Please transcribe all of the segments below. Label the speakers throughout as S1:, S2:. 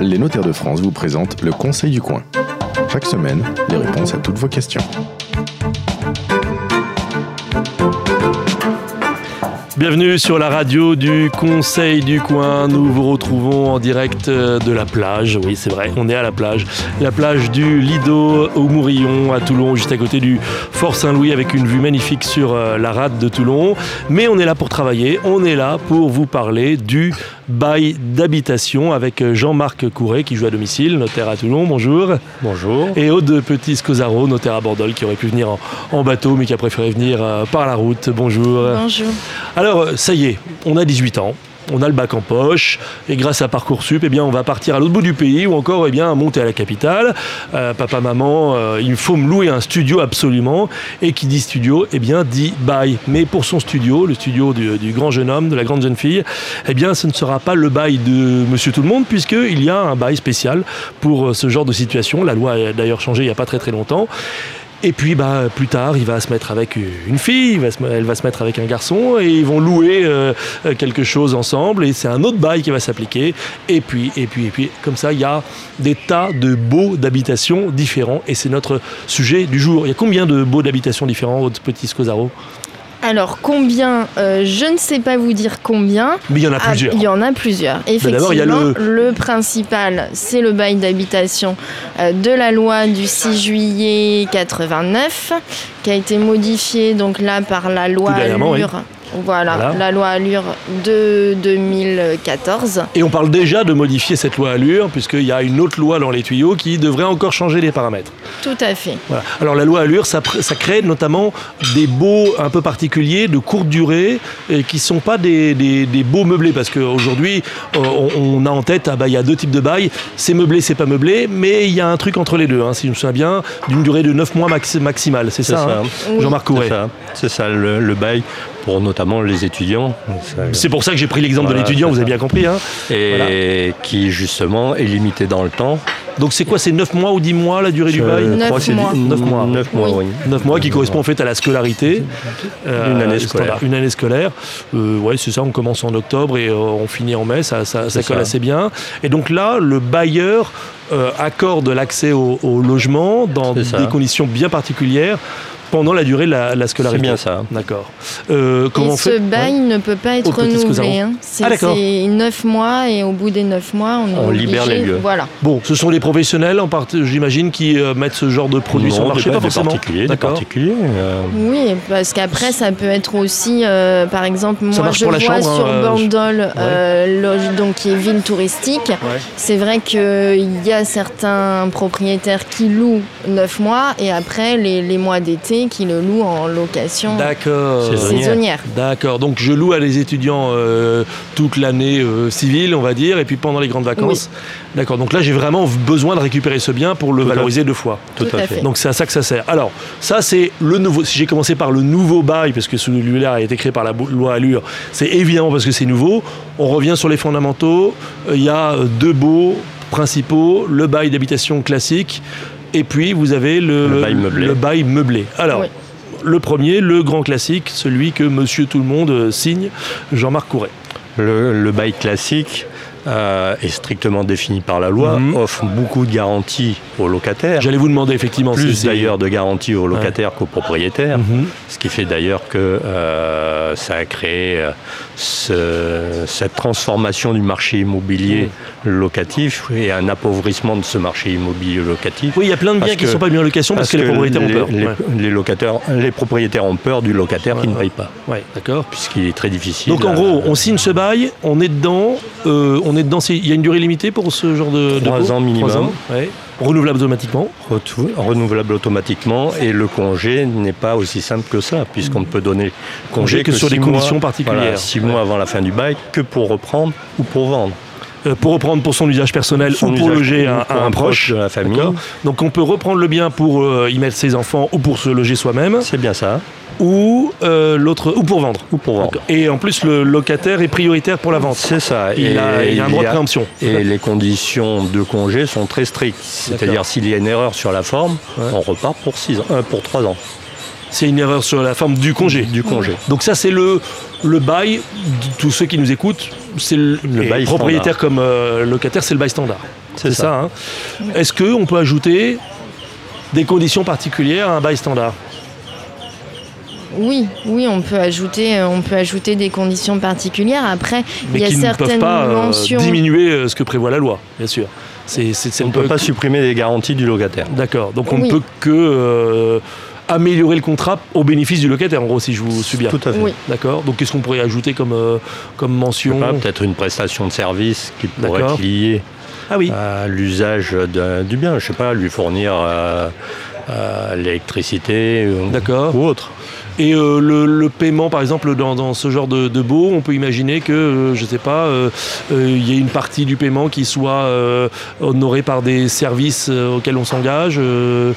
S1: Les notaires de France vous présentent le Conseil du coin. Chaque semaine, les réponses à toutes vos questions.
S2: Bienvenue sur la radio du Conseil du Coin. Nous vous retrouvons en direct euh, de la plage. Oui, c'est vrai, on est à la plage. La plage du Lido au Mourillon à Toulon, juste à côté du Fort Saint-Louis, avec une vue magnifique sur euh, la rade de Toulon. Mais on est là pour travailler, on est là pour vous parler du bail d'habitation avec euh, Jean-Marc Courret qui joue à domicile, notaire à Toulon. Bonjour.
S3: Bonjour.
S2: Et Aude Petit Scosaro, notaire à Bordeaux, qui aurait pu venir en, en bateau mais qui a préféré venir euh, par la route. Bonjour.
S4: Bonjour.
S2: Alors, euh, ça y est, on a 18 ans. On a le bac en poche et grâce à Parcoursup, eh bien, on va partir à l'autre bout du pays ou encore eh bien, monter à la capitale. Euh, papa, maman, euh, il faut me louer un studio absolument. Et qui dit studio, eh bien, dit bail. Mais pour son studio, le studio du, du grand jeune homme, de la grande jeune fille, eh bien, ce ne sera pas le bail de Monsieur Tout le Monde puisqu'il y a un bail spécial pour euh, ce genre de situation. La loi a d'ailleurs changé il n'y a pas très très longtemps. Et puis bah, plus tard, il va se mettre avec une fille, il va se- elle va se mettre avec un garçon, et ils vont louer euh, euh, quelque chose ensemble, et c'est un autre bail qui va s'appliquer. Et puis, et puis, et puis, comme ça, il y a des tas de baux d'habitation différents, et c'est notre sujet du jour. Il y a combien de baux d'habitation différents, Aude Petit Scosaro
S4: Alors combien euh, Je ne sais pas vous dire combien.
S2: Mais il y en a
S4: Ah,
S2: plusieurs.
S4: Il y en a plusieurs. Effectivement,
S2: d'abord, il y a le-
S4: le... principal, c'est le bail d'habitation euh, de la loi du 6 juillet 89, qui a été modifié donc là par la loi
S2: Tout dernièrement, oui.
S4: Allure. Voilà,
S2: Voilà.
S4: la loi Allure de 2014.
S2: Et on parle déjà de modifier cette loi Allure, puisqu'il y a une autre loi dans les tuyaux qui devrait encore changer les paramètres.
S4: Tout à fait.
S2: Voilà. Alors la loi Allure, ça, pr- ça crée notamment des baux un peu particuliers, de courte durée, et qui ne sont pas des, des, des baux meublés, parce qu'aujourd'hui, on, on a en tête, ah bah, il y a deux types de bail, c'est meublé, c'est pas meublé, mais il y a un truc entre les deux, hein, si je me souviens bien, d'une durée de 9 mois maxi- maximale, c'est
S3: C'est
S2: ça,
S3: ça.
S2: hein,
S4: Oui.
S2: Jean-Marc
S3: C'est
S2: Courret
S3: ça. C'est ça le, le bail pour notamment les étudiants.
S2: c'est pour ça que j'ai pris l'exemple
S3: Voilà,
S2: de l'étudiant,
S3: c'est
S2: vous avez
S3: ça.
S2: bien compris. hein.
S3: Et qui justement est limité dans le temps.
S2: Donc c'est quoi, c'est 9 mois ou 10 mois la durée du
S3: Je
S2: bail
S3: crois
S4: Neuf
S3: que c'est
S4: mois.
S3: du-
S2: Neuf mois.
S3: Neuf mois, oui.
S2: 9 mois qui correspond en fait à la scolarité.
S3: Euh, Une année
S2: standard.
S3: scolaire.
S2: Une année scolaire. Euh, ouais, c'est ça, on commence en octobre et euh, on finit en mai, ça, ça, ça
S3: C'est
S2: colle
S3: ça.
S2: assez bien. Et donc là, le bailleur euh, accorde l'accès au, au logement dans
S3: C'est ça.
S2: des conditions bien particulières pendant la durée de la, la
S3: C'est
S2: scolarité.
S3: bien ça.
S2: D'accord. Euh, comment
S4: et
S2: on
S4: ce
S2: fait
S4: bail
S2: Ouais. Oh,
S4: ne peut pas être
S2: Autre petit
S4: renouvelé.
S2: scusamo.
S4: hein. C'est
S2: Ah, d'accord.
S4: 9 mois et au bout des 9 mois, on, est
S3: On libère
S4: obligé-
S3: les lieux.
S4: Voilà.
S2: Bon, ce sont les professionnels, en part- j'imagine, qui euh, mettent ce genre de produit
S3: Non,
S2: sur le
S3: des-
S2: marché, pas
S3: des
S2: forcément.
S3: particuliers, des
S2: D'accord.
S3: particuliers. euh,
S4: Oui, parce qu'après, ça peut être aussi, euh, par exemple,
S2: Ça
S4: moi
S2: marche
S4: je
S2: pour la
S4: vois
S2: chambre,
S4: sur
S2: hein,
S4: Bandol, euh, loge- donc, qui est ville touristique,
S2: Ouais.
S4: c'est vrai qu'il y a certains propriétaires qui louent 9 mois et après les, les mois d'été qui le louent en location
S2: D'accord.
S3: C'est Saisonnière.
S4: euh, saisonnière.
S2: D'accord, donc je loue à les étudiants euh, toute l'année euh, civile, on va dire, et puis pendant les grandes vacances. D'accord, donc là j'ai vraiment besoin de récupérer ce bien pour le
S3: Tout à
S2: valoriser deux fois.
S3: Tout, à fait.
S2: Donc c'est à ça que ça sert. Alors, ça c'est le nouveau, si j'ai commencé par le nouveau bail, parce que celui-là a été créé par la bou- loi Allure, c'est évidemment parce que c'est nouveau. On revient sur les fondamentaux, Euh, il y a euh, deux baux principaux, le bail d'habitation classique, et puis vous avez le,
S3: Le bail meublé.
S2: le bail meublé. Alors,
S4: Oui.
S2: le premier, le grand classique, celui que Monsieur Tout le Monde euh, signe, Jean-Marc Courret.
S3: Le, le bail classique euh, est strictement défini par la loi,
S2: Mhm.
S3: offre beaucoup de garanties aux locataires.
S2: J'allais vous demander effectivement. si
S3: Ah. Plus
S2: c'est-
S3: d'ailleurs de garanties aux locataires qu'aux propriétaires.
S2: Mhm.
S3: Ce qui fait d'ailleurs que euh, ça a créé euh, ce- cette transformation du marché immobilier locatif et un appauvrissement de ce marché immobilier locatif.
S2: Oui, il y a plein de biens
S3: Parce
S2: qui ne
S3: que-
S2: sont pas mis en location parce, que, les propriétaires
S3: les-
S2: ont peur.
S3: Les,
S2: Ouais.
S3: les locataires, les propriétaires ont peur du locataire qui ne
S2: Ouais.
S3: paye pas,
S2: Ouais, d'accord.
S3: puisqu'il est très difficile.
S2: Donc en
S3: à-
S2: gros, on signe ce bail, on est dedans, euh, on est dedans. c'est- Il y a une durée limitée pour ce genre de. de
S3: Trois
S2: baux
S3: ans minimum.
S2: Trois ans, ouais. Renouvelable automatiquement.
S3: retou- renouvelable automatiquement et le congé n'est pas aussi simple que ça puisqu'on ne peut donner
S2: Congé
S3: congé
S2: que
S3: que,
S2: sur
S3: six
S2: des
S3: mois-
S2: conditions particulières.
S3: voilà, six mois avant la fin du bail que pour reprendre ou pour vendre.
S2: Euh, pour reprendre pour son usage personnel
S3: Son
S2: ou pour
S3: usage-
S2: loger un,
S3: ou pour
S2: un proche.
S3: de la famille.
S2: D'accord. Donc on peut reprendre le bien pour euh, y mettre ses enfants ou pour se loger soi-même
S3: C'est bien ça.
S2: ou euh, l'autre ou pour vendre.
S3: Ou pour vendre.
S2: Et en plus le locataire est prioritaire pour la vente.
S3: C'est ça.
S2: Il,
S3: Et
S2: a, il a un
S3: il
S2: droit
S3: y
S2: de préemption.
S3: Et les conditions de congé sont très strictes.
S2: D'accord.
S3: C'est-à-dire s'il y a une erreur sur la forme,
S2: Ouais.
S3: on repart pour six ans, euh, pour trois ans.
S2: c'est une erreur sur la forme du congé.
S3: Du congé.
S2: Donc ça, c'est le, le bail, de tous ceux qui nous écoutent, c'est le,
S3: Le
S2: et
S3: bail
S2: propriétaire comme euh, locataire, c'est le bail standard.
S3: C'est
S2: C'est ça. hein. Est-ce qu'on peut ajouter des conditions particulières à un bail standard
S4: Oui, oui, on peut ajouter, on peut ajouter des conditions particulières. Après, il
S2: Mais
S4: y a
S2: qui ne peuvent
S4: certaines
S2: pas euh,
S4: mentions.
S2: diminuer euh, ce que prévoit la loi, bien sûr. C'est, c'est- c'est
S3: On
S2: un
S3: ne
S2: peu-
S3: peut pas supprimer les garanties du locataire.
S2: D'accord. Donc on ne
S4: Oui.
S2: peut que euh, améliorer le contrat au bénéfice du locataire, en gros, si je vous suis bien.
S3: Tout à fait.
S4: Oui.
S2: D'accord. Donc qu'est-ce qu'on pourrait ajouter comme, euh, comme
S3: Je sais
S2: mention
S3: pas, Peut-être une prestation de service qui pourrait
S2: D'accord.
S3: être liée
S2: Ah oui.
S3: à l'usage d'un- du bien. Je sais pas, lui fournir euh, euh, l'électricité ou-
S2: D'accord.
S3: ou autre.
S2: Et euh, le, le paiement, par exemple, dans, dans ce genre de, de beau, on peut imaginer que, euh, je ne sais pas, euh, euh, il y ait une partie du paiement qui soit euh, honorée par des services euh, auxquels on s'engage. euh,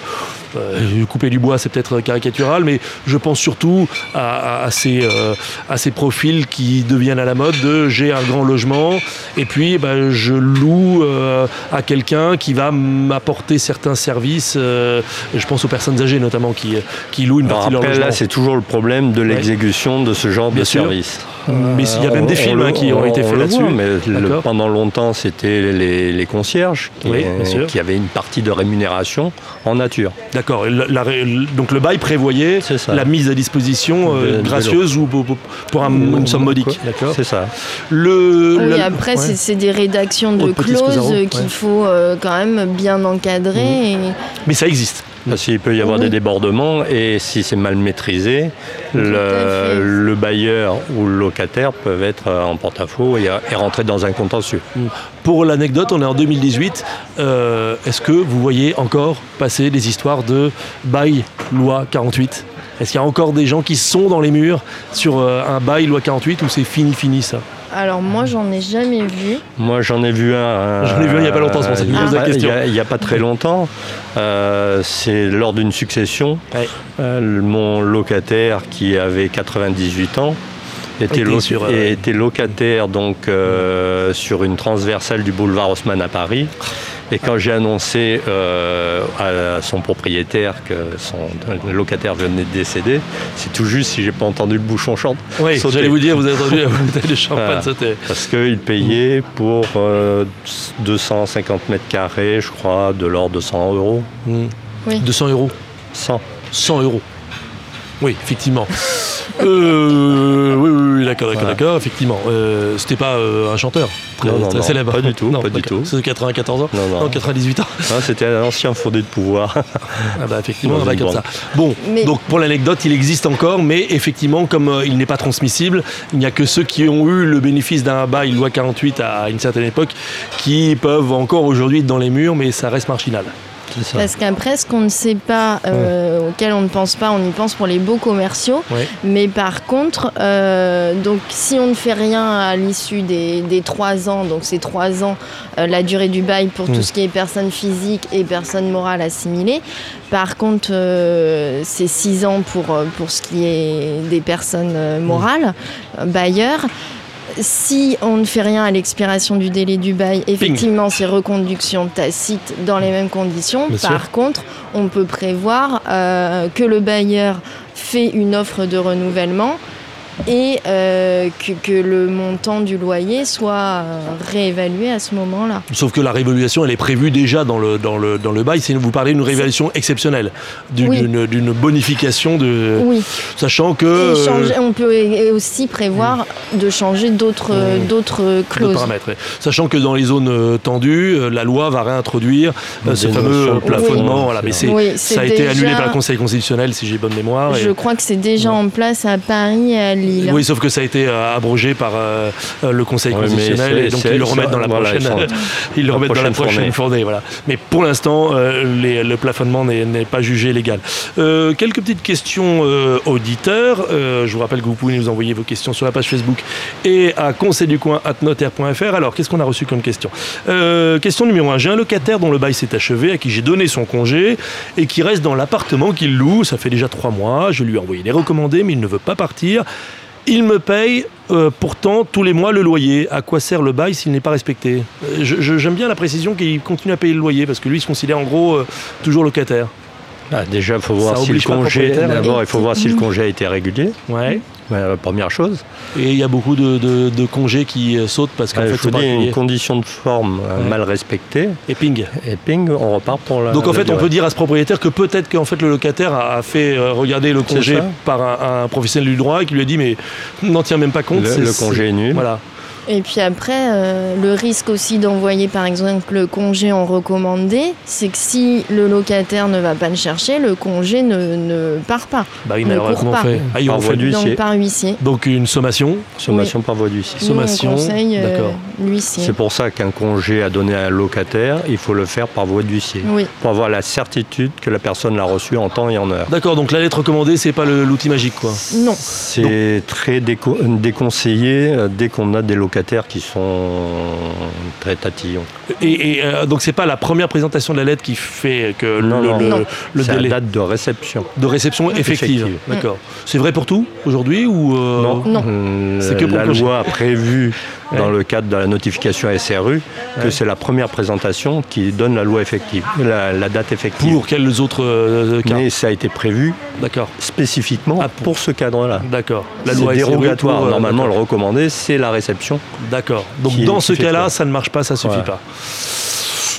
S2: euh, couper du bois, c'est peut-être caricatural, mais je pense surtout à, à- à ces, euh, à ces profils qui deviennent à la mode de j'ai un grand logement et puis eh ben, je loue euh, à quelqu'un qui va m'apporter certains services. euh, je pense aux personnes âgées notamment qui, qui louent une
S3: Alors
S2: partie de leur
S3: après,
S2: logement.
S3: là, c'est toujours le problème de l'exécution de ce genre
S2: Bien
S3: de
S2: sûr.
S3: service.
S2: Mais il y a
S3: Euh,
S2: même des
S3: on-
S2: films
S3: on
S2: hein,
S3: le-
S2: qui ont été
S3: on
S2: faits
S3: le
S2: là-dessus.
S3: voit, mais le-
S2: D'accord.
S3: pendant longtemps, c'était les, les concierges qui,
S2: Oui, bien sûr.
S3: qui avaient une partie de rémunération en nature.
S2: D'accord. Et la- la ré- donc le bail prévoyait
S3: C'est ça.
S2: la mise à disposition euh,
S3: De- de
S2: gracieuse ou pour, pour- pour un-
S3: Ou-
S2: une somme
S3: quoi.
S2: modique. Mmh, D'accord. Mmh.
S3: C'est ça.
S2: Le.
S4: Oui,
S2: la-
S4: après,
S2: ouais.
S4: c'est- c'est des rédactions de
S2: Autre petit
S4: clauses
S2: Scuzzaro,
S4: euh, qu'il
S2: ouais. Mhm.
S4: faut euh, quand même bien encadrer. et-
S2: Mais ça existe.
S3: Parce qu'il peut y avoir
S2: Ah
S4: Oui.
S3: des débordements et si c'est mal maîtrisé,
S4: à fait.
S3: le, le bailleur ou le locataire peuvent être euh, en porte-à-faux et, euh, et rentrer dans un contentieux.
S2: Pour l'anecdote, on est en 2018. Euh, Est-ce que vous voyez encore passer des histoires de bail loi 48 Est-ce qu'il y a encore des gens qui sont dans les murs sur euh, un bail loi 48 ou c'est fini fini ça
S4: Alors moi, j'en ai jamais vu.
S3: Moi, j'en ai vu un. euh,
S2: J'en ai vu un il y a pas longtemps, c'est pour ça que je
S3: il y a
S2: pose la
S3: pas-
S2: question.
S3: il y a- Il n'y a, pas très longtemps. Euh, c'est lors d'une succession.
S2: Ouais.
S3: Euh, le- mon locataire qui avait 98 ans était,
S2: Était
S3: lo-
S2: sur, euh,
S3: et était locataire donc euh, sur une transversale du boulevard Haussmann à Paris. Et quand j'ai annoncé euh, à son propriétaire que son locataire venait de décéder, c'est tout juste si j'ai pas entendu le bouchon chante,
S2: Oui,
S3: Sauter.
S2: j'allais vous dire, vous avez entendu la bouteille de champagne
S3: Voilà.
S2: sauter.
S3: parce qu'il payait pour euh, 250 mètres carrés, je crois, de l'ordre de 100 euros.
S2: Mm.
S4: Oui.
S2: 200 euros.
S3: 100.
S2: 100 euros. Oui, effectivement. Euh, oui, oui, oui, d'accord, d'accord,
S3: Voilà.
S2: d'accord, effectivement. Euh, c'était pas euh, un chanteur très,
S3: Non, non,
S2: très
S3: non,
S2: célèbre.
S3: pas du tout,
S2: Non,
S3: pas du
S2: d'accord.
S3: tout.
S2: C'est de 94 ans
S3: Non, non.
S2: Non, 98 ans.
S3: Ah, C'était un ancien fondé de pouvoir.
S2: Ah bah, effectivement,
S3: Dans
S2: un bail
S3: une
S2: comme ça.
S3: banque.
S2: Bon,
S4: Mais-
S2: donc pour l'anecdote, il existe encore, mais effectivement, comme euh, il n'est pas transmissible, il n'y a que ceux qui ont eu le bénéfice d'un bail loi 48 à une certaine époque qui peuvent encore aujourd'hui être dans les murs, mais ça reste marginal.
S3: C'est ça.
S4: Parce qu'après, ce qu'on ne sait pas, euh, auquel on ne pense pas, on y pense pour les beaux commerciaux.
S2: Ouais.
S4: Mais par contre, euh, donc si on ne fait rien à l'issue des, des trois ans, donc c'est trois ans euh, la durée du bail pour
S2: Mm.
S4: tout ce qui est personne physique et personne morale assimilée. Par contre, euh, c'est six ans pour, euh, pour ce qui est des personnes
S2: Hmm.
S4: euh, morales, euh, bailleurs. Si on ne fait rien à l'expiration du délai du bail, effectivement, c'est reconduction tacite dans les mêmes conditions.
S2: Bien sûr.
S4: Par contre, on peut prévoir euh, que le bailleur fait une offre de renouvellement et euh, que, que le montant du loyer soit euh, réévalué à ce moment-là.
S2: Sauf que la révaluation, elle est prévue déjà dans le, dans le, dans le bail. C'est- Vous parlez d'une révaluation exceptionnelle, du-
S4: Oui.
S2: d'une d'une bonification, de,
S4: Oui.
S2: sachant que...
S4: Et
S2: euh,
S4: changer- on peut e- aussi prévoir de changer d'autres
S2: Mm.
S4: d'autres
S2: de
S4: clauses.
S2: paramètres, ouais. Sachant que dans les zones euh, tendues, euh, la loi va réintroduire euh,
S3: Des
S2: ce
S3: notions
S2: fameux euh,
S3: de
S2: plafonnement.
S3: plafond,
S2: Voilà, mais c'est-
S3: etc.
S4: Oui, c'est
S2: ça a été
S4: déjà-
S2: annulé par le Conseil constitutionnel, si j'ai bonne mémoire. et-
S4: Je crois que c'est déjà en place à Paris et à Lille.
S2: Oui, sauf que ça a été euh, abrogé par euh, euh, le Conseil
S3: Ouais, mais
S2: constitutionnel
S3: c'est-
S2: et donc
S3: c'est-
S2: ils le remettent
S3: ça-
S2: dans la
S3: voilà,
S2: prochaine, euh,
S3: ils sont-
S2: ils le
S3: la
S2: remettent dans la
S3: prochaine
S2: prochaine
S3: fournée.
S2: fournée. Voilà. Mais pour l'instant, euh, les- le plafonnement n'est n'est pas jugé légal. Euh, quelques petites questions euh, auditeurs. Euh, je vous rappelle que vous pouvez nous envoyer vos questions sur la page Facebook et à conseilducoin@notaire.fr. Alors, qu'est-ce qu'on a reçu comme question Euh, Question numéro 1. J'ai un locataire dont le bail s'est achevé, à qui j'ai donné son congé et qui reste dans l'appartement qu'il loue. Ça fait déjà trois mois. Je lui ai envoyé les recommandés, mais il ne veut pas partir. Il me paye euh, pourtant tous les mois le loyer. À quoi sert le bail s'il n'est pas respecté Euh, je- je- J'aime bien la précision qu'il continue à payer le loyer parce que lui il se considère en gros euh, toujours locataire.
S3: Bah, déjà, il faut voir
S2: Ça
S3: si le
S2: oblige pas le
S3: congé.
S2: propriétaire,
S3: D'abord, il faut voir si le
S4: Mmh.
S3: congé a été régulier.
S2: Ouais.
S3: Bah, la première chose.
S2: Et il y a beaucoup de, de- de congés qui euh, sautent parce qu'en fait,
S3: Euh, je vous
S2: c'est pas
S3: dis, une
S2: payé.
S3: condition de forme euh,
S2: Ouais.
S3: mal respectée.
S2: Et ping.
S3: Et ping, Ah, on repart pour la.
S2: Donc en
S3: la
S2: fait, on
S3: durée.
S2: peut dire à ce propriétaire que peut-être qu'en fait le locataire a a fait euh, regarder le
S3: C'est
S2: congé
S3: ça.
S2: par un, un professionnel du droit et qui lui a dit mais n'en tiens même pas compte.
S3: Le-
S2: c'est-
S3: le
S2: c'est-
S3: congé est nul.
S2: Voilà.
S4: Et puis après, euh, le risque aussi d'envoyer par exemple le congé en recommandé, c'est que si le locataire ne va pas le chercher, le congé ne, ne part pas.
S2: Bah oui, mais
S4: mais Ne alors,
S2: alors
S4: cours comment
S2: comment
S4: pas.
S2: on
S4: on fait
S2: fait Ah, ils ont
S3: Envoie
S2: fait
S3: du- L'huissier.
S4: Donc par huissier.
S2: Donc une sommation.
S3: Sommation par voie d'huissier.
S4: Nous, on
S2: Sommation,
S4: conseille euh,
S2: d'accord.
S4: l'huissier.
S3: C'est pour ça qu'un congé à donner à un locataire, il faut le faire par voie d'huissier.
S4: Oui,
S3: Pour avoir la certitude que la personne l'a reçu en temps et en heure.
S2: D'accord. Donc la lettre recommandée, c'est pas le- l'outil magique quoi.
S4: non.
S3: C'est très déco- déconseillé euh, dès qu'on a des locataires qui sont très tatillons.
S2: Et, et, euh, donc c'est pas la première présentation de la lettre qui fait que
S3: Non,
S2: le,
S3: non.
S2: le-
S4: Non.
S2: le
S3: C'est
S2: délai
S3: la date de réception.
S2: de réception effective.
S3: Effective.
S2: D'accord. C'est vrai pour tout aujourd'hui ou euh,
S4: Non.
S3: Euh,
S2: C'est que pour
S3: la
S2: le congé.
S3: loi a prévu dans
S2: Ouais.
S3: le cadre de la notification SRU que
S2: Ouais.
S3: c'est la première présentation qui donne la loi effective, la, la date effective.
S2: Pour quels autres euh, cas
S3: Mais ça a été prévu
S2: D'accord.
S3: spécifiquement
S2: Ah, pour-
S3: pour, ce cadre-là.
S2: D'accord. La
S3: C'est
S2: loi SRU
S3: dérogatoire.
S2: pour, euh,
S3: Normalement, le recommandé, c'est la réception.
S2: D'accord. Donc
S3: Qui-
S2: dans
S3: qui
S2: ce
S3: fait
S2: cas-là,
S3: quoi
S2: ça ne marche pas, ça suffit
S3: Ouais.
S2: pas.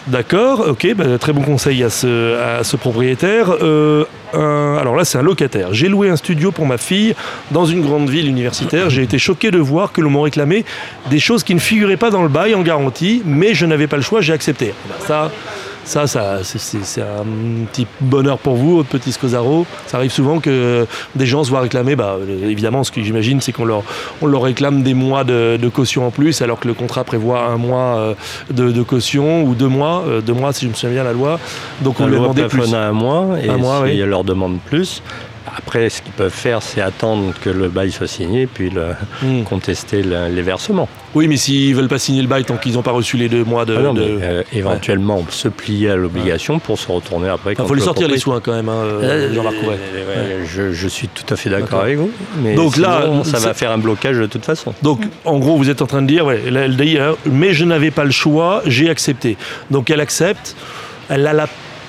S2: D'accord, ok, bah, très bon conseil à ce, à ce propriétaire. Euh, un- alors là, c'est un locataire. J'ai loué un studio pour ma fille dans une grande ville universitaire. J'ai été choqué de voir que l'on m'en réclamait des choses qui ne figuraient pas dans le bail en garantie, mais je n'avais pas le choix, j'ai accepté. Bah, ça, ça, ça c'est- c'est c'est un petit bonheur pour vous, votre petit Scosaro. Ça arrive souvent que des gens se voient réclamer, bah, euh, évidemment, ce que j'imagine, c'est qu'on leur, on leur réclame des mois de, de caution en plus, alors que le contrat prévoit un mois euh, de, de caution ou deux mois, euh, deux mois si je me souviens bien la loi. Donc on
S3: La
S2: lui a
S3: loi
S2: demandé plus.
S3: plafonne à un mois et
S2: Un mois,
S3: si
S2: oui.
S3: elle leur demande plus. Après, ce qu'ils peuvent faire, c'est attendre que le bail soit signé, puis le-
S2: Hmm.
S3: contester le- les versements.
S2: Oui, mais s'ils veulent pas signer le bail tant qu'ils n'ont pas reçu les deux mois de.
S3: Ah non, mais,
S2: de-
S3: euh, éventuellement, se plier à l'obligation pour se retourner après.
S2: Enfin,
S3: contre
S2: faut lui
S3: le
S2: sortir les
S3: propriétaire.
S2: soins quand même, hein, euh,
S3: Euh,
S2: Jean-Marc Rouet.
S3: ouais, je, je suis tout à fait
S2: D'accord.
S3: d'accord avec vous. Mais
S2: Donc là,
S3: sinon, ça
S2: c'est-
S3: va faire un blocage de toute façon.
S2: Donc, en gros, vous êtes en train de dire, ouais, la LDI, hein, mais je n'avais pas le choix, j'ai accepté. Donc, elle accepte, elle a la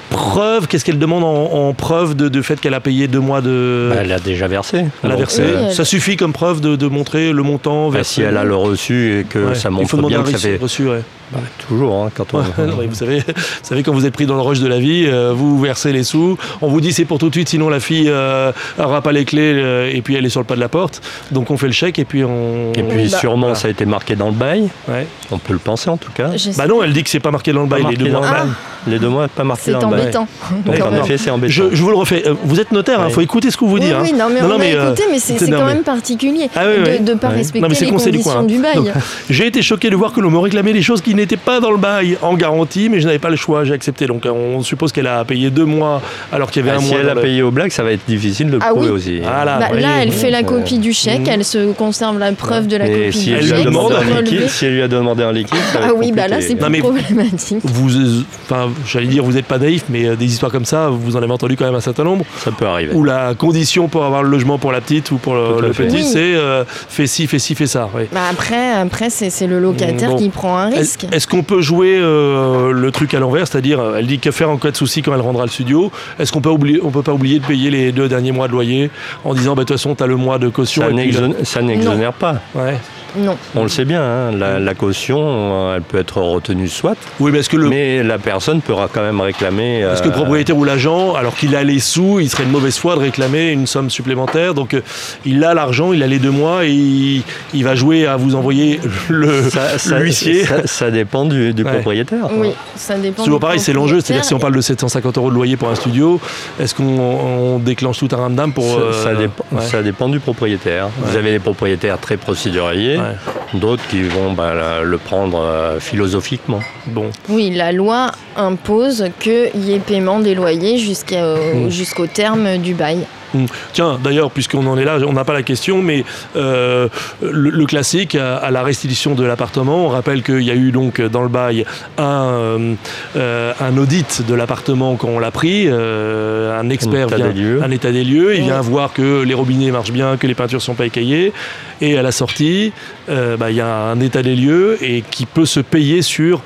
S2: preuve, qu'est-ce qu'elle demande en, en preuve de, de fait qu'elle a payé deux mois de.
S3: Bah, elle a déjà versé.
S2: elle a
S3: Donc,
S2: Euh, versé.
S3: euh,
S4: Oui, elle-
S2: Ça suffit comme preuve de, de montrer le montant
S3: bah,
S2: versé.
S3: si elle a le reçu et que
S2: Ouais.
S3: ça
S2: Il faut
S3: montre
S2: demander
S3: bien
S2: un
S3: que ça fait.
S2: reçu, ouais.
S3: Bah, toujours, hein, quand on.
S2: Ouais, non, mais vous, savez, vous savez, quand vous êtes pris dans le rush de la vie, euh, vous versez les sous, on vous dit c'est pour tout de suite, sinon la fille euh, aura pas les clés euh, et puis elle est sur le pas de la porte. Donc on fait le chèque et puis on.
S3: Et puis
S4: Bah.
S3: sûrement
S2: Voilà.
S3: ça a été marqué dans le bail,
S2: Ouais.
S3: on peut le penser en tout cas.
S4: Je-
S2: Bah non, elle dit que c'est pas marqué dans le
S3: Pas
S2: bail, les
S3: marqué
S2: deux
S3: dans Ah.
S2: mois.
S3: le bail. Les deux mois pas marqués
S4: C'est
S3: dans le bail.
S4: embêtant.
S3: Donc
S4: quand
S3: en
S4: même.
S3: effet c'est embêtant.
S2: Je, je vous le refais. Euh, Vous êtes notaire, il
S3: Ouais.
S2: faut écouter ce qu'on vous
S4: oui,
S2: dit. hein.
S4: oui, non, mais
S2: Non,
S4: on
S2: non, mais,
S4: a
S2: euh,
S4: écouté, mais c'est
S2: c'est-
S4: c'est
S2: non,
S4: quand
S2: mais-
S4: même particulier
S2: Ah oui,
S4: de-
S2: oui.
S4: de ne pas
S3: Ouais.
S4: respecter
S2: Non, mais c'est
S4: les
S2: conseil du
S4: conditions
S2: coin.
S4: du bail.
S2: Donc, hein. J'ai été choqué de voir que l'on me réclamait des choses qui n'étaient pas dans le bail en garantie, mais je n'avais pas le choix, j'ai accepté. Donc euh, on suppose qu'elle a payé deux mois alors qu'il y avait
S3: Ah,
S2: un
S3: si
S2: mois.
S3: elle
S2: dans
S3: a
S2: le-
S3: payé au black, ça va être difficile de le
S4: Ah
S3: prouver
S4: oui.
S3: aussi.
S2: Voilà.
S4: Bah,
S2: oui,
S4: là, elle
S2: oui,
S4: fait la
S3: oui.
S4: copie du chèque,
S2: Mhm.
S4: elle se conserve la preuve de la
S3: Et
S4: copie
S3: si
S4: du
S3: elle
S2: Elle
S3: lui
S4: chèque.
S3: a
S2: lui demande
S3: demandé
S2: un
S3: en
S4: relevé.
S3: liquide, si elle lui a demandé en liquide, ça va
S4: Ah
S3: être
S4: oui, bah là,
S3: compliqué.
S4: c'est
S2: Non,
S4: plus
S2: mais-
S4: problématique.
S2: Vous, euh, enfin, j'allais dire, vous n'êtes pas naïf, mais euh, des histoires comme ça, vous en avez entendu quand même un certain nombre.
S3: ça peut arriver.
S2: Où la condition pour avoir le logement pour la petite ou pour le,
S3: Tout à
S2: le
S3: fait.
S2: petit,
S4: Oui.
S2: c'est euh, fais ci, fais ci, fais ça. oui.
S4: Bah après, après c'est c'est le locataire
S2: Bon.
S4: qui prend un risque.
S2: Est-ce qu'on peut jouer euh, le truc à l'envers, c'est-à-dire euh, elle dit que faire en cas de souci quand elle rendra le studio Est-ce qu'on peut oublier, on peut pas oublier de payer les deux derniers mois de loyer en disant bah, de toute façon t'as le mois de caution
S3: Ça
S2: et puis
S3: n'exon- ça n'exonère pas.
S2: le- Ouais.
S4: Non.
S3: On le sait bien, hein, la, la caution, euh, elle peut être retenue soit,
S2: Oui, mais est-ce que le
S3: mais la personne pourra quand même réclamer.
S2: Parce que le
S3: euh,
S2: propriétaire ou l'agent, alors qu'il a les sous, il serait de mauvaise foi de réclamer une somme supplémentaire. Donc euh, il a l'argent, il a les deux mois et il, il va jouer à vous envoyer le
S3: ça, ça-
S2: l'huissier.
S3: ça- ça dépend du, du
S2: Ouais.
S3: propriétaire.
S4: Oui, ça dépend.
S2: C'est
S4: du
S2: toujours pareil, c'est l'enjeu. C'est-à-dire
S4: propriétaire.
S2: si on parle de 750 euros de loyer pour un studio, est-ce qu'on on déclenche tout un ramdam pour...
S3: Ça,
S2: euh,
S3: ça dépend,
S2: ouais.
S3: ça dépend du propriétaire. Vous avez des propriétaires très procéduriers,
S2: Ouais.
S3: d'autres qui vont bah, la- le prendre euh, philosophiquement.
S2: Bon.
S4: Oui, la loi impose qu'il y ait paiement des loyers jusqu'à- euh,
S2: Mm.
S4: jusqu'au terme du bail.
S2: Mm. Tiens, d'ailleurs, puisqu'on en est là, on n'a pas la question, mais euh, le, le classique à, à la restitution de l'appartement, on rappelle qu'il y a eu donc dans le bail un, euh, euh, un audit de l'appartement quand on l'a pris, euh, un expert
S3: état
S2: vient,
S3: des lieux.
S2: un état des lieux, il
S4: Ouais.
S2: vient voir que les robinets marchent bien, que les peintures sont pas écaillées, et à la sortie, euh, bah, il y a un état des lieux et qui peut se payer sur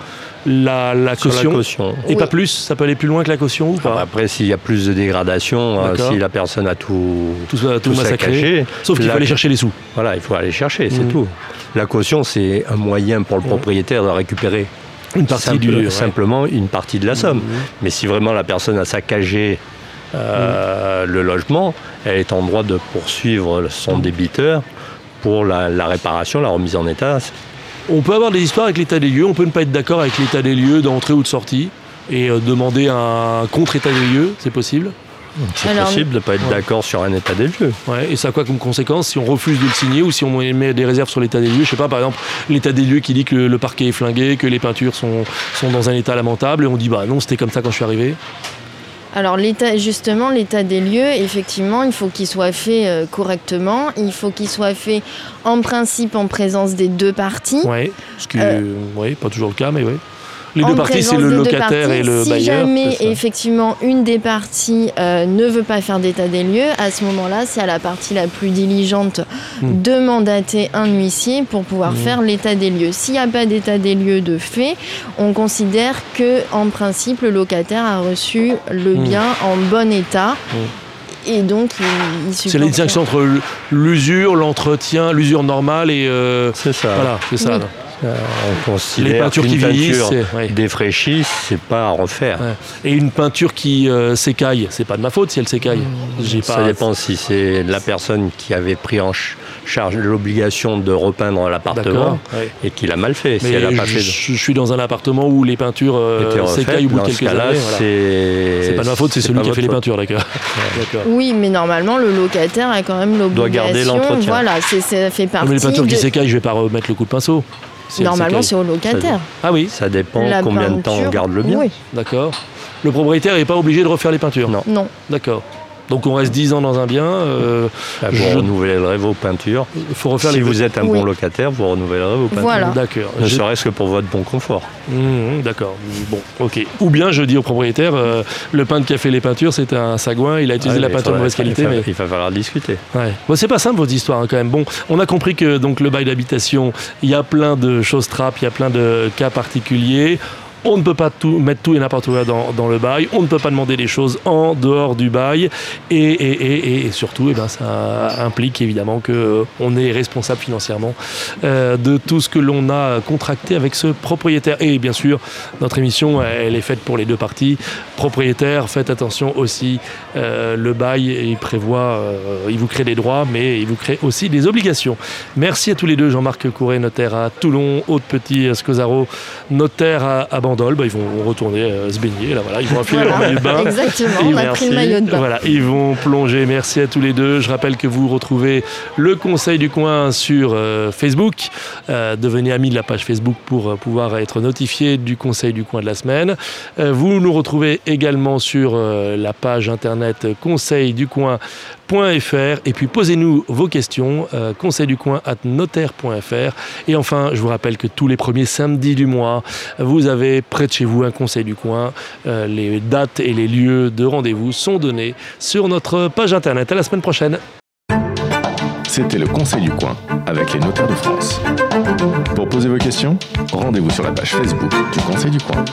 S2: la, la
S3: sur
S2: caution
S3: la caution.
S2: et pas
S4: Oui.
S2: plus Ça peut aller plus loin que la caution ou
S3: Ah bah
S2: pas
S3: Après, s'il y a plus de dégradation, euh,
S2: D'accord.
S3: si la personne a tout,
S2: Tout ça- tout
S3: ça
S2: massacré.
S3: caché,
S2: Sauf qu'il
S3: la-
S2: faut aller chercher les sous.
S3: Voilà, il faut aller chercher, c'est
S2: Mhm.
S3: tout. La caution, c'est un moyen pour le propriétaire de récupérer
S2: Une partie
S3: simple-
S2: du. ouais. Mm.
S3: simplement une partie de la somme. Mais si vraiment la personne a saccagé
S2: Mm.
S3: euh, le logement, elle est en droit de poursuivre son débiteur pour la, la réparation, la remise en état.
S2: On peut avoir des histoires avec l'état des lieux, on peut ne pas être d'accord avec l'état des lieux d'entrée ou de sortie et euh, demander un contre-état des lieux, c'est possible.
S3: C'est
S4: Alors,
S3: possible de ne pas être
S2: Ouais.
S3: d'accord sur un état des lieux.
S2: Ouais, et ça a quoi comme conséquence si on refuse de le signer ou si on met des réserves sur l'état des lieux Je sais pas, par exemple, l'état des lieux qui dit que le, le parquet est flingué, que les peintures sont, sont dans un état lamentable, et on dit bah non, c'était comme ça quand je suis arrivé.
S4: Alors l'état, justement, l'état des lieux, effectivement, il faut qu'il soit fait euh, correctement. Il faut qu'il soit fait en principe en présence des deux parties.
S2: Ouais, ce qui
S4: Mm. Euh,
S2: euh, ouais, pas toujours le cas, mais ouais. Les
S4: En
S2: deux parties, c'est
S4: présence
S2: le
S4: des deux
S2: locataire
S4: parties.
S2: et le
S4: si
S2: bailleur.
S4: jamais,
S2: c'est ça.
S4: effectivement, une des parties euh, ne veut pas faire d'état des lieux, à ce moment-là, c'est à la partie la plus diligente
S2: Hmm.
S4: de mandater un huissier pour pouvoir
S2: Hmm.
S4: faire l'état des lieux. S'il n'y a pas d'état des lieux de fait, on considère que, en principe, le locataire a reçu le
S2: Hmm.
S4: bien en bon état. Et donc, il, il
S2: C'est la
S4: supporte-
S2: distinction entre l'usure, l'entretien, l'usure normale et. euh,
S3: C'est ça.
S2: voilà, c'est ça.
S4: Oui.
S2: là.
S3: Euh, on considère
S2: Les peintures
S3: qu'une
S2: qui vieillissent.
S3: peinture
S2: c'est- ouais.
S3: défraîchie, c'est pas à refaire.
S2: Ouais. Et une peinture qui euh, s'écaille, c'est pas de ma faute si elle s'écaille.
S4: Hmm.
S2: J'ai
S3: Ça
S2: pas-
S3: dépend si c'est la personne qui avait pris en ch- charge l'obligation de repeindre
S2: D'accord.
S3: l'appartement
S2: ouais.
S3: et qui l'a mal fait.
S2: Mais
S3: si elle a pas
S2: je,
S3: fait
S2: je suis dans un appartement où les peintures euh,
S3: était refaite,
S2: s'écaillent au bout de
S3: dans ce
S2: quelques
S3: cas-là,
S2: années. voilà.
S3: c'est-
S2: C'est pas de ma faute, c'est celui
S3: pas
S2: qui a fait les
S3: votre faute.
S2: peintures, d'accord. D'accord.
S4: Oui, mais normalement, le locataire a quand même l'obligation.
S3: Doit garder l'entretien.
S4: Voilà, c'est, ça fait
S2: Ah,
S4: partie.
S2: mais les peintures qui
S4: de-
S2: s'écaillent, je vais pas remettre le coup de pinceau. Si elles
S4: Normalement, c'est
S2: s'écaillent.
S4: au locataire.
S2: Ah oui,
S3: Ça dépend
S4: La
S3: combien de temps on
S4: peinture,
S3: garde le bien.
S4: oui.
S2: d'accord. Le propriétaire n'est pas obligé de refaire les peintures.
S3: Non.
S4: Non.
S2: D'accord. Donc on reste 10 ans dans un bien, euh,
S3: Enfin, vous
S2: Je-
S3: renouvellerez vos peintures.
S2: faut refaire
S3: si
S2: les
S3: vous êtes un
S4: Oui.
S3: bon locataire, vous renouvellerez vos peintures.
S4: Voilà.
S2: D'accord.
S3: Ne
S2: Je-
S3: serait-ce que pour votre bon confort.
S2: Mmh, d'accord. Bon, ok. Ou bien je dis au propriétaire, euh, le peintre qui a fait les peintures, c'était un sagouin, il a utilisé
S3: Ouais,
S2: la
S3: mais
S2: peinture
S3: faudra-
S2: de mauvaise qualité.
S3: Ah, Il va,
S2: mais...
S3: il va falloir discuter.
S2: Ouais. Bon, c'est pas simple votre histoire hein, quand même. Bon, on a compris que donc le bail d'habitation, il y a plein de choses trappes, il y a plein de cas particuliers. On ne peut pas tout, mettre tout et n'importe quoi dans, dans le bail. On ne peut pas demander des choses en dehors du bail. Et, et- et- et- et surtout, eh ben, ça implique évidemment que euh, on est responsable financièrement euh, de tout ce que l'on a contracté avec ce propriétaire. Et bien sûr, notre émission, elle est faite pour les deux parties. Propriétaire, faites attention aussi euh, le bail, il prévoit, euh, il vous crée des droits, mais il vous crée aussi des obligations. Merci à tous les deux, Jean-Marc Courret, notaire à Toulon, Aude Petit, euh, Scosaro, notaire à, à Bandol. Bah, ils vont retourner euh, se baigner, là, voilà. ils vont affiler leur maillot de bain.
S4: Exactement,
S2: Et
S4: on a pris
S2: merci.
S4: le maillot de bain.
S2: Voilà, ils vont plonger. Merci à tous les deux. Je rappelle que vous retrouvez le Conseil du coin sur euh, Facebook. Euh, devenez amis de la page Facebook pour euh, pouvoir être notifié du Conseil du coin de la semaine. Euh, vous nous retrouvez également sur euh, la page internet conseilducoin.fr et puis posez-nous vos questions euh, conseilducoin@notaire.fr et enfin je vous rappelle que tous les premiers samedis du mois vous avez près de chez vous un conseil du coin euh, les dates et les lieux de rendez-vous sont donnés sur notre page internet. À la semaine prochaine.
S1: C'était le Conseil du coin avec les notaires de France. Pour poser vos questions, rendez-vous sur la page Facebook du Conseil du coin.